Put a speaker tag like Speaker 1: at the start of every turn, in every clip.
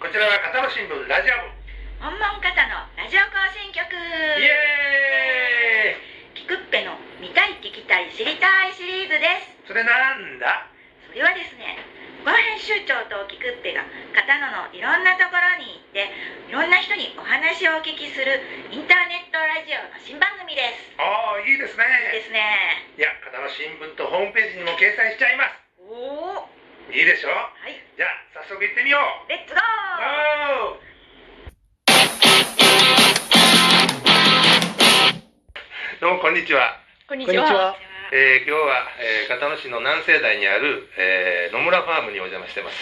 Speaker 1: 本新聞ラジオ部
Speaker 2: モンモン方のラジオ更新曲
Speaker 1: イエーイ
Speaker 2: キクッペの見たい聞きたい知りたいシリーズで
Speaker 1: そ
Speaker 2: す
Speaker 1: れなんだ
Speaker 2: それはですね小編集長とキクッペが片野のいろんなところに行っていろんな人にお話をお聞きするインターネットラジオの新番組です
Speaker 1: ああいいです
Speaker 2: で
Speaker 1: ね
Speaker 2: す
Speaker 1: いや
Speaker 2: ね
Speaker 1: 片野新聞とホームページにも掲載しちゃいます
Speaker 2: おお
Speaker 1: いいでしょ
Speaker 2: はい
Speaker 1: じゃあ早速行ってみよう
Speaker 2: レッツゴー
Speaker 1: おーどうもこんにちは、
Speaker 2: こんに
Speaker 3: こんにちは。
Speaker 1: えー今日は、えー片野市の南西台にある、えー野村ファームにお邪魔してます、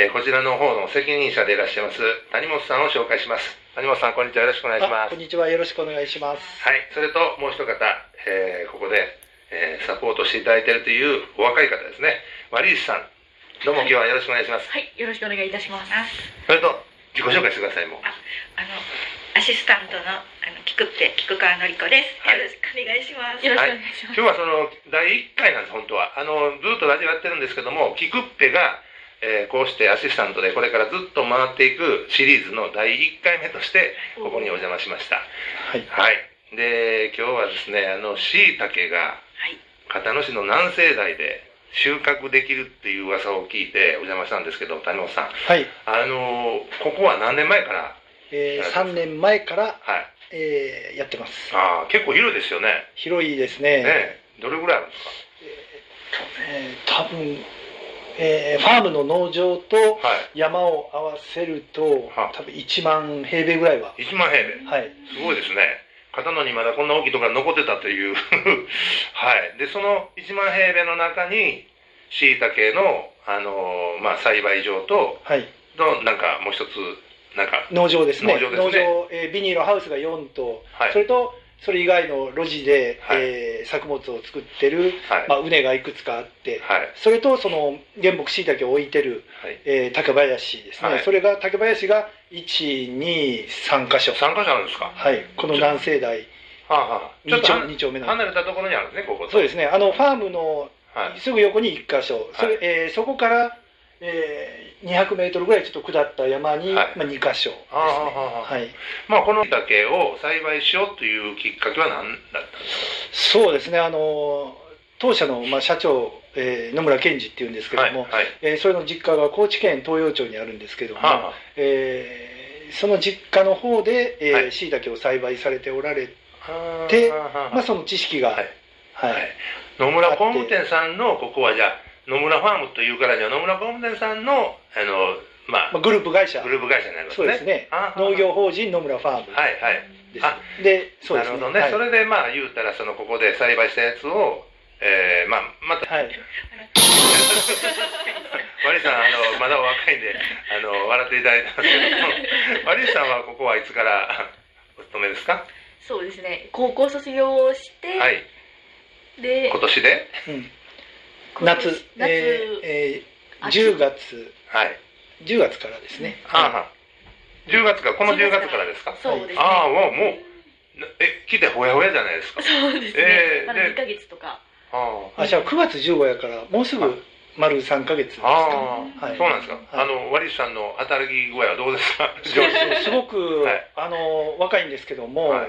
Speaker 1: えーこちらの方の責任者でいらっしゃいます谷本さんを紹介します谷本さんこんにちはよろしくお願いしま
Speaker 3: あ
Speaker 1: す
Speaker 3: こんにちは。よろしくお願いします。
Speaker 1: はい、それともう一方、えーここで、えーサポートしていただいているというお若い方ですね、マリースさん、どうも今日はよろしくお願いします。
Speaker 4: はい、よろしくお願いいたします。
Speaker 2: あ
Speaker 1: それと自己紹介してください、もう。
Speaker 2: ああのアシスタントのあのキクッペ菊川のりこです、
Speaker 1: はい
Speaker 2: よろしくお願いします
Speaker 4: よろしくお
Speaker 1: 今
Speaker 4: 願いします。
Speaker 1: 日はその第1回なんです、本当は。あのずっとラジオやってるんですけども、キクッペが、えーこうしてアシスタントでこれからずっと回っていくシリーズの第1回目として、ここにお邪魔しました。
Speaker 3: はい。
Speaker 1: はい。で、今日はですね、あの、しいたけが、
Speaker 2: はい
Speaker 1: 片野市の南西台で収穫できるっていう噂を聞いてお邪魔したんですけど谷本さん
Speaker 3: はい。
Speaker 1: あのーここは何年前から
Speaker 3: えー、3年前から、
Speaker 1: はい
Speaker 3: えーやってます。
Speaker 1: あー結構広いですよね
Speaker 3: 広いですね。
Speaker 1: ねどれぐらいあるんです
Speaker 3: えー多分、えーファームの農場と
Speaker 1: かは
Speaker 3: 山を合わせると
Speaker 1: は、
Speaker 3: 多分1万平米ぐらいは。
Speaker 1: い1万平米
Speaker 3: はい。
Speaker 1: すごいですね片野にまだこんな大きいところが残ってたという はいでその1万平米の中にしいたけの、あのーまあ、栽培場と
Speaker 3: はい。
Speaker 1: のなんかもう一つなんか
Speaker 3: 農場ですね。
Speaker 1: 農場ですね
Speaker 3: えービニールハウスが4棟、
Speaker 1: はい
Speaker 3: それと、それ以外の路地で、
Speaker 1: はい
Speaker 3: えー作物を作ってる、
Speaker 1: はい、
Speaker 3: まあ、畝がいくつかあって、
Speaker 1: はい
Speaker 3: それと、その、原木椎茸を置いてる、
Speaker 1: はい
Speaker 3: えー竹林ですね、
Speaker 1: はい
Speaker 3: それが竹林が123箇所
Speaker 1: 3箇所あるんですかは
Speaker 3: はいこの南西台
Speaker 1: あ、はあ、ちょっ
Speaker 3: 2
Speaker 1: と
Speaker 3: 丁
Speaker 1: は
Speaker 3: ,2 丁目の
Speaker 1: 離れたところにあるんですねここ
Speaker 3: そうですねあのファームの
Speaker 1: はい、
Speaker 3: すぐ横に1箇所、それえーそこから、えー、200メートルぐらいちょっと下った山に、
Speaker 1: はい
Speaker 3: まあ、2箇所ですね
Speaker 1: ああああああ
Speaker 3: はい、
Speaker 1: まあこの竹を栽培しようというきっかけは何だったんです
Speaker 3: そうですねあの当社の、まあ、社長、えー野村健二っていうんですけ
Speaker 1: か
Speaker 3: ど
Speaker 1: はい
Speaker 3: も、
Speaker 1: はい
Speaker 3: えーそれの実家が高知県東洋町にあるんですけども、
Speaker 1: は
Speaker 3: えーその実家の方で、えー
Speaker 1: はい
Speaker 3: 椎茸を栽培されておられて、
Speaker 1: あ
Speaker 3: で
Speaker 1: はあはあ
Speaker 3: まあ、その知識が、
Speaker 1: は
Speaker 3: はいい
Speaker 1: 野村工務店さんのここはじゃあ野村ファームというからには野村工務店さんのあのま
Speaker 3: まあ、グループ会社
Speaker 1: あグループ会社になります
Speaker 3: そう
Speaker 1: ね
Speaker 3: ですね
Speaker 1: ああ
Speaker 3: 農業法人野村ファーム
Speaker 1: はいはい
Speaker 3: です、
Speaker 1: あ
Speaker 3: でそう
Speaker 1: な
Speaker 3: です
Speaker 1: る
Speaker 3: ね
Speaker 1: ほどね、
Speaker 3: はい
Speaker 1: それでまあ言うたらそのここで栽培したやつを、えーまあ、また
Speaker 3: はい、
Speaker 1: マリさん、あの、まだお若いんで、あの、笑っていただいたんですけ ど、マリさんはここはいつからお勤めですか
Speaker 4: そうですね。高校卒業をして、
Speaker 1: はい。
Speaker 4: で
Speaker 1: 今、年で
Speaker 3: うん、
Speaker 4: 今年
Speaker 3: 夏
Speaker 4: 夏
Speaker 3: えーえー
Speaker 4: 秋
Speaker 3: 10月
Speaker 1: はい。
Speaker 3: 10月からですね
Speaker 1: ああ。10月か、この10月からですか
Speaker 4: そうですね。
Speaker 1: ああ、もう、もう、え、来てほやほやじゃないですか。
Speaker 4: そうですね。
Speaker 1: えー
Speaker 4: まだ
Speaker 1: で
Speaker 4: 2ヶ月とか。
Speaker 1: ああ。
Speaker 3: あじゃあ9月15やからもうす
Speaker 1: はい
Speaker 3: ぐ丸3か月ですか
Speaker 1: ああ、
Speaker 3: はい
Speaker 1: そうなんですか。
Speaker 3: い
Speaker 1: あの、ワリさんの働き具合はどうですか
Speaker 3: そ
Speaker 1: 上
Speaker 3: う
Speaker 1: 司。
Speaker 3: そうすごく、
Speaker 1: はい
Speaker 3: あの若いんですけど も、
Speaker 1: はいはい。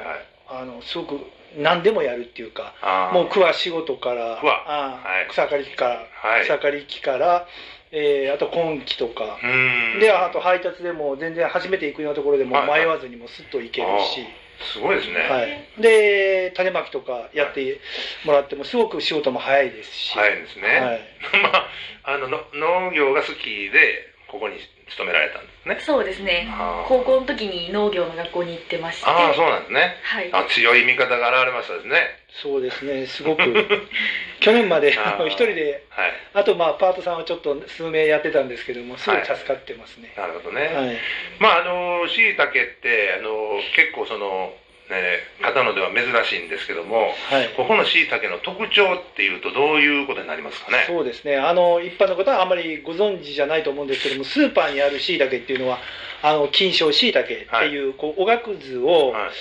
Speaker 3: あのすごく何でもやるっていうか
Speaker 1: ああ。
Speaker 3: もう区は仕事から
Speaker 1: 区は
Speaker 3: ああ
Speaker 1: はい
Speaker 3: 草刈り機から、
Speaker 1: はい。
Speaker 3: 草刈り機から、えーあと今期とか、
Speaker 1: うーん。
Speaker 3: であと配達でも全然初めて行くようなところでも
Speaker 1: はいはい
Speaker 3: 迷わずにもすっと行けるし、
Speaker 1: すごいですね。
Speaker 3: はいで種まきとかやってもらってもすごく仕事も早いですし、
Speaker 1: 早いですね。
Speaker 3: はい
Speaker 1: まあ、あのの農業が好きでここに勤められたんですね
Speaker 4: そうですね。
Speaker 1: あー
Speaker 4: 高校の時に農業の学校に行ってまして。
Speaker 1: ああそうなんですね
Speaker 4: はい。
Speaker 1: あ強い味方が現れましたですね
Speaker 3: そうですねすごく 去年まで
Speaker 1: あー
Speaker 3: あの一人で
Speaker 1: はい
Speaker 3: あとまあパートさんはちょっと数名やってたんですけどもすごい助かってますね、
Speaker 1: なるほど
Speaker 3: はい
Speaker 1: ね、まああのしいたけってあの結構そのね片野では珍しいんですけども
Speaker 3: はい
Speaker 1: ここのしいたけの特徴っていうとどういうことになりますかね
Speaker 3: そうですねあの一般の方はあまりご存知じゃないと思うんですけどもスーパーにあるしいたけっていうのはあの金賞しいたけっていう,、こうおがくずを、
Speaker 1: はい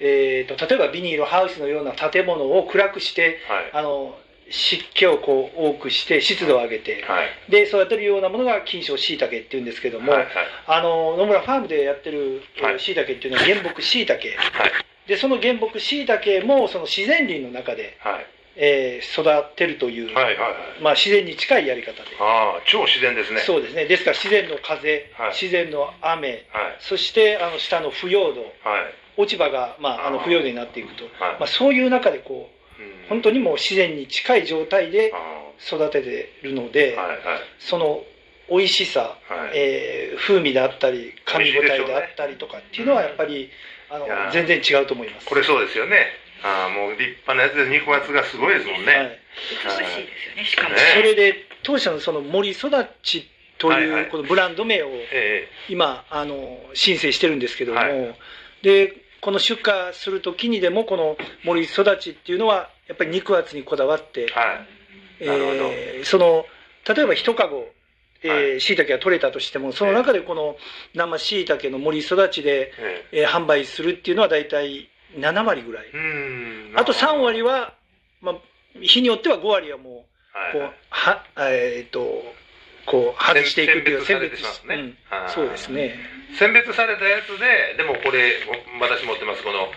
Speaker 3: えー、と例えばビニールハウスのような建物を暗くして
Speaker 1: はい
Speaker 3: あの湿気をこう多くして湿度を上げて、
Speaker 1: はい
Speaker 3: で育てるようなものが菌床しいたけっていうんですけども、
Speaker 1: はいはい
Speaker 3: あの野村ファームでやってる
Speaker 1: はい
Speaker 3: しいたけっていうのは原木しいたけ
Speaker 1: はい
Speaker 3: でその原木しいたけもその自然林の中で、
Speaker 1: はい
Speaker 3: えー育てるという、
Speaker 1: はいはいはい
Speaker 3: まあ、自然に近いやり方で、
Speaker 1: ああ超自然ですね
Speaker 3: そうですねですから自然の風、
Speaker 1: はい
Speaker 3: 自然の雨
Speaker 1: はい
Speaker 3: そしてあの下の腐葉
Speaker 1: は
Speaker 3: 土
Speaker 1: い
Speaker 3: 落ち葉が、まあ、あの
Speaker 1: あー
Speaker 3: 腐葉土になっていくと、
Speaker 1: はい
Speaker 3: まあ、そういう中でこう
Speaker 1: うん
Speaker 3: 本当にもう自然に近い状態で
Speaker 1: あ
Speaker 3: 育ててるので、
Speaker 1: あはいはい
Speaker 3: その美味しさ、
Speaker 1: はい
Speaker 3: えー風味であったり噛み応えであったりとかっていうのはやっぱり、あの
Speaker 1: いやー
Speaker 3: 全然違うと思います
Speaker 1: これそうですよねああもう立派なやつで肉厚がすごいですもんね、
Speaker 3: はい
Speaker 2: 美しいですよねしかも、
Speaker 1: ね
Speaker 3: それで当社のその森育ちと
Speaker 1: はい
Speaker 3: い
Speaker 1: はいう
Speaker 3: このブランド名を
Speaker 1: え
Speaker 3: 今あの申請してるんですけども、
Speaker 1: は
Speaker 3: でこの出荷する時にでもこの森育ちっていうのはやっぱり肉厚にこだわって、
Speaker 1: えはいな
Speaker 3: え
Speaker 1: るほど
Speaker 3: ーその例えば一かご
Speaker 1: は
Speaker 3: しいたけが取れたとしてもその中でこの生しいたけの森育ちで、
Speaker 1: え
Speaker 3: えー販売するっていうのは大体7割ぐらい
Speaker 1: えうん
Speaker 3: あと3割は、まあ、日によっては5割はもうこ
Speaker 1: は
Speaker 3: うはえーっとこう外していくっていう
Speaker 1: 選別されてしまうんですね
Speaker 3: うん
Speaker 1: あー
Speaker 3: そうですね
Speaker 1: い、選別されたやつででもこれ私持ってますこの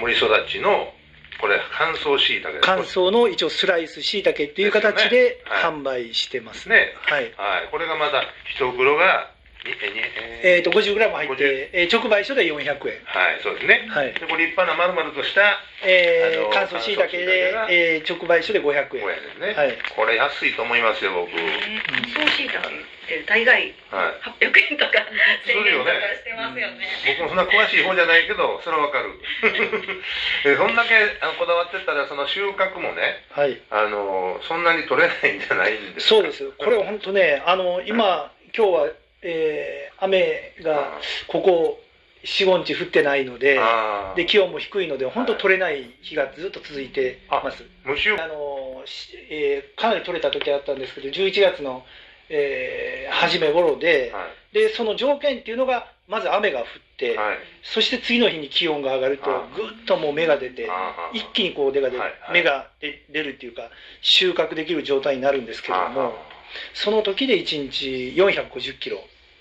Speaker 1: 森育ちのこれ乾燥しいたけです
Speaker 3: 乾燥の一応スライスしいたけっていう形
Speaker 1: で
Speaker 3: です
Speaker 1: よねはい
Speaker 3: 販売してます
Speaker 1: ね
Speaker 3: はい
Speaker 1: はい、これがまだ一袋がにえにえー
Speaker 3: えーっと 50g 入って、えー直売所で400円
Speaker 1: はいそうですね、
Speaker 3: はい
Speaker 1: でこれ立派な丸々とした
Speaker 3: え
Speaker 1: あの
Speaker 3: ー乾燥しいたけで
Speaker 1: 乾燥、
Speaker 3: えー直売所で500
Speaker 1: これ
Speaker 3: 円
Speaker 1: ですね、
Speaker 3: はい
Speaker 1: これ安いと思いますよ僕、
Speaker 2: 乾燥シータって大概
Speaker 1: はい
Speaker 2: 800円とか
Speaker 1: する
Speaker 2: 1000円
Speaker 1: よ
Speaker 2: と
Speaker 1: ね
Speaker 2: かしてますよね
Speaker 1: 僕もそんな詳しい方じゃないけどそれはわか るえそんだけあのこだわってたらその収穫もね
Speaker 3: はい
Speaker 1: あのそんなに取れないんじゃないんですか
Speaker 3: そうですこれ本当ねあの今今日は、えー雨が
Speaker 1: あ
Speaker 3: ここ45日降ってないので
Speaker 1: あ
Speaker 3: で気温も低いので本当取れない日がずっと続いてます
Speaker 1: 無臭
Speaker 3: あの、しえーかなり取れた時だったんですけど11月の、えー初め頃で
Speaker 1: はい
Speaker 3: でその条件っていうのがまず雨が降って
Speaker 1: はい
Speaker 3: そして次の日に気温が上がると
Speaker 1: あー
Speaker 3: ぐっともう芽が出て
Speaker 1: あー
Speaker 3: 一気にこう芽が出る
Speaker 1: はいはい
Speaker 3: 芽が出出るっていうか収穫できる状態になるんですけどもその時で1日450キロ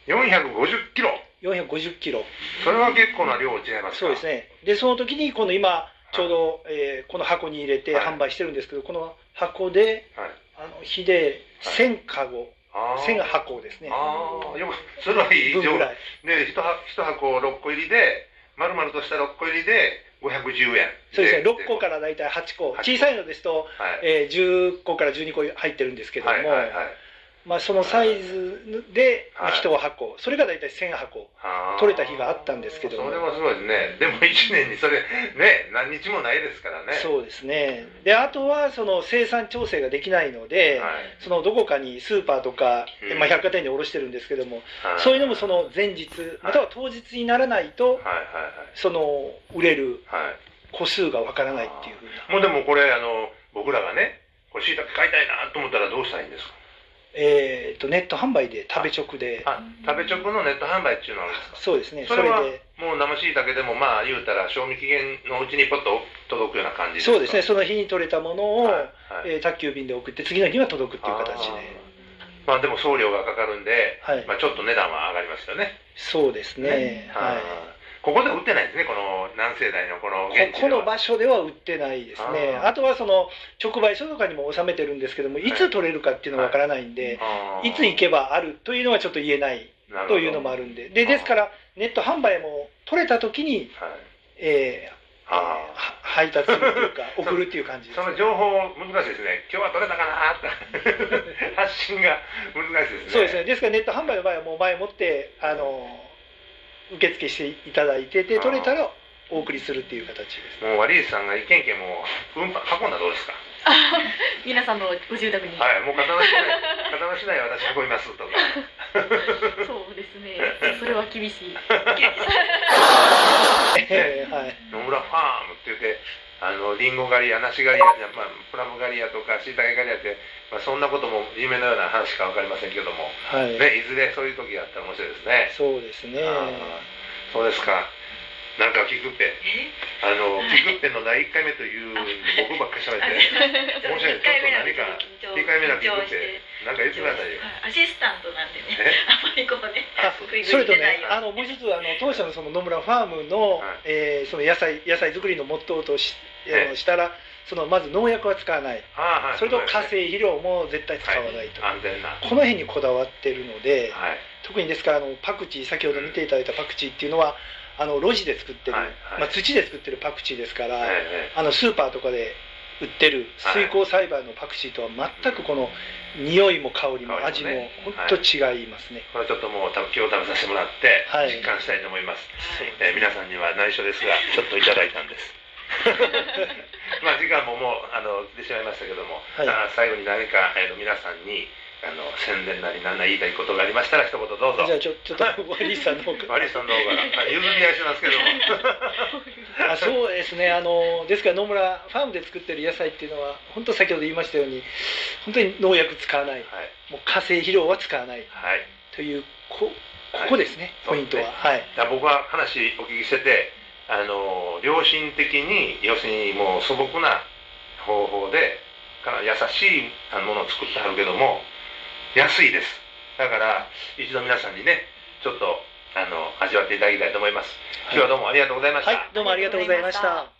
Speaker 1: 450キロ
Speaker 3: 450キロ
Speaker 1: それは結構な量違いますか
Speaker 3: そうですね。で、その時に、この今、ちょうど、えーこの箱に入れて
Speaker 1: はい
Speaker 3: 販売してるんですけど、この箱で、
Speaker 1: はい
Speaker 3: あの、火で
Speaker 1: はい
Speaker 3: 1000カゴ、
Speaker 1: あー
Speaker 3: 1000箱ですね。
Speaker 1: ああよくそれはいい上
Speaker 3: 分ぐ
Speaker 1: 手
Speaker 3: らい。
Speaker 1: ね一箱一箱6個入りで丸々とした6個入りで510円
Speaker 3: そうですね、6個からだいたい8個。
Speaker 1: 8個
Speaker 3: 小さいのですと、
Speaker 1: はい
Speaker 3: えー10個から12個入ってるんですけども、
Speaker 1: はいはいはい
Speaker 3: まあ、そのサイズで、まあ
Speaker 1: はい
Speaker 3: 1箱、それがだいたい1000箱。
Speaker 1: あー
Speaker 3: 取れた日があったんですけど
Speaker 1: それはすごいですねでも1年にそれね何日もないですからねう
Speaker 3: そうですね。で、あとは、その生産調整ができないので、
Speaker 1: はい
Speaker 3: そのどこかにスーパーとか、
Speaker 1: うん
Speaker 3: まあ、百貨店に卸してるんですけども、
Speaker 1: はい
Speaker 3: そういうのもその前日、または当日にならないと、
Speaker 1: はい
Speaker 3: その売れる
Speaker 1: はいはいは
Speaker 3: 個数がわからないっていうふうな、
Speaker 1: いもうでもこれあの僕らがねこれしいたけ買いたいなと思ったらどうしたらいいんですか
Speaker 3: えー、とネット販売で食べ直で、
Speaker 1: あ食べ直のネット販売っていうのはあるんですか
Speaker 3: そうですね、
Speaker 1: そ
Speaker 3: そ
Speaker 1: れ
Speaker 3: れ
Speaker 1: は
Speaker 3: で、
Speaker 1: もう生しいたけでもまあ言うたら賞味期限のうちにポッと届くような感じですか
Speaker 3: そうですね、その日に取れたものを、
Speaker 1: はいはい
Speaker 3: えー宅急便で送って、次の日には届くっていう形で
Speaker 1: あ、ーまあでも送料がかかるんで、
Speaker 3: はい
Speaker 1: まあ、ちょっと値段は上がりましたよね
Speaker 3: そうですね、
Speaker 1: あ
Speaker 3: は
Speaker 1: ーここでは売ってないですねこの南西大のこの
Speaker 3: い、
Speaker 1: 現
Speaker 3: こ
Speaker 1: 地
Speaker 3: こ
Speaker 1: で
Speaker 3: の
Speaker 1: は
Speaker 3: 場所では売ってないですね、
Speaker 1: あ
Speaker 3: あ
Speaker 1: ー
Speaker 3: とはその直売所とかにも収めてるんですけども、いつ取れるかっていうのはわからないんで、
Speaker 1: あー
Speaker 3: いつ行けばあるというのはちょっと言えない
Speaker 1: なるほど
Speaker 3: というのもあるんで、でですから、ネット販売も取れた時に、
Speaker 1: はい、
Speaker 3: えーは
Speaker 1: あ
Speaker 3: 配達するという か、送るっていう感じ
Speaker 1: ー
Speaker 3: です
Speaker 1: そ、の情報難しいですね今日は取れたかなーって 発信が難しいですね
Speaker 3: そうですね、ですからネット販売の場合は、もう前もって、あの受付していただいて、で
Speaker 1: あー
Speaker 3: 取れたらお送りするっていう形です。
Speaker 1: もうワリーさんが意見権もう運搬運んだらどうですか、
Speaker 4: 皆さんのご住宅に、
Speaker 1: はいもう刀しない 刀しない私運びますとか
Speaker 4: そうですねそれは厳しい
Speaker 3: えー はい、
Speaker 1: 野村ファームって言ってあのリンゴ狩りや梨狩りや、まあ、プラム狩りやとかしいたけ狩りやって、まあ、そんなことも夢のような話しか分かりませんけども、
Speaker 3: はい、
Speaker 1: ね、いずれそういう時があったら面白いですね
Speaker 3: そうですね、
Speaker 1: あーそうですか。なんかキクッペ、あのキクッペの第一回目という僕ばっかり喋って、
Speaker 2: 1
Speaker 1: 面白い。ちょっと
Speaker 2: 回目
Speaker 1: 何か回目な
Speaker 2: なんです
Speaker 1: んて言
Speaker 4: 緊
Speaker 1: っ
Speaker 4: 張して
Speaker 1: て、なんか言ってくださいよ。
Speaker 4: はいアシスタントなんでね
Speaker 1: え
Speaker 4: あんまりこうね
Speaker 3: あ
Speaker 4: グイグイ
Speaker 3: それと
Speaker 4: してない
Speaker 3: ね
Speaker 4: よ、
Speaker 3: あのもう一つあの当社のその野村ファームの、
Speaker 1: はい
Speaker 3: えーその野菜野菜作りのモットーとし
Speaker 1: え
Speaker 3: あのしたら、そのまず農薬は使わない、
Speaker 1: ああ、はい。
Speaker 3: それと
Speaker 1: うです
Speaker 3: 化
Speaker 1: ね
Speaker 3: 成肥料も絶対使わないと、
Speaker 1: はい、安全な。
Speaker 3: この辺にこだわってるので、
Speaker 1: はい。
Speaker 3: 特にですからあのパクチー、先ほど見ていただいたパクチーっていうのは、あの路地で作ってる、
Speaker 1: はいはい
Speaker 3: まあ、土で作ってるパクチーですから、
Speaker 1: ええ
Speaker 3: あのスーパーとかで売ってる
Speaker 1: はい
Speaker 3: 水耕栽培のパクチーとは全くこの匂いも香りも
Speaker 1: 香りも
Speaker 3: 味も
Speaker 1: ね
Speaker 3: 本当違いますね。
Speaker 1: これちょっともう多分今日食べさせてもらって
Speaker 3: はい
Speaker 1: 実感したいと思います、
Speaker 3: そう
Speaker 1: えー皆さんには内緒ですがちょっといただいたん ですまあ時間ももうあの来てしまいましたけども、
Speaker 3: はい
Speaker 1: あー最後に何か、えー皆さんにあの宣伝なり何なり言いたいことがありましたら一言どうぞ
Speaker 3: じゃあちょちょっとワリーさんの方から
Speaker 1: マリーさんの方からあ譲り合いしますけども
Speaker 3: あそうですねあのですから野村ファームで作ってる野菜っていうのは本当先ほど言いましたように本当に農薬使わない
Speaker 1: はい
Speaker 3: もう化成肥料は使わない
Speaker 1: はい
Speaker 3: というこここですね、ポイントは、はい
Speaker 1: だから僕は話お聞きしててあの良心的に要するにもう素朴な方法でから優しいあのものを作ってはるけども安いですだから一度皆さんにねちょっとあの味わっていただきたいと思います今日はどうもありがとうございました、
Speaker 3: はい、どうもありがとうございました。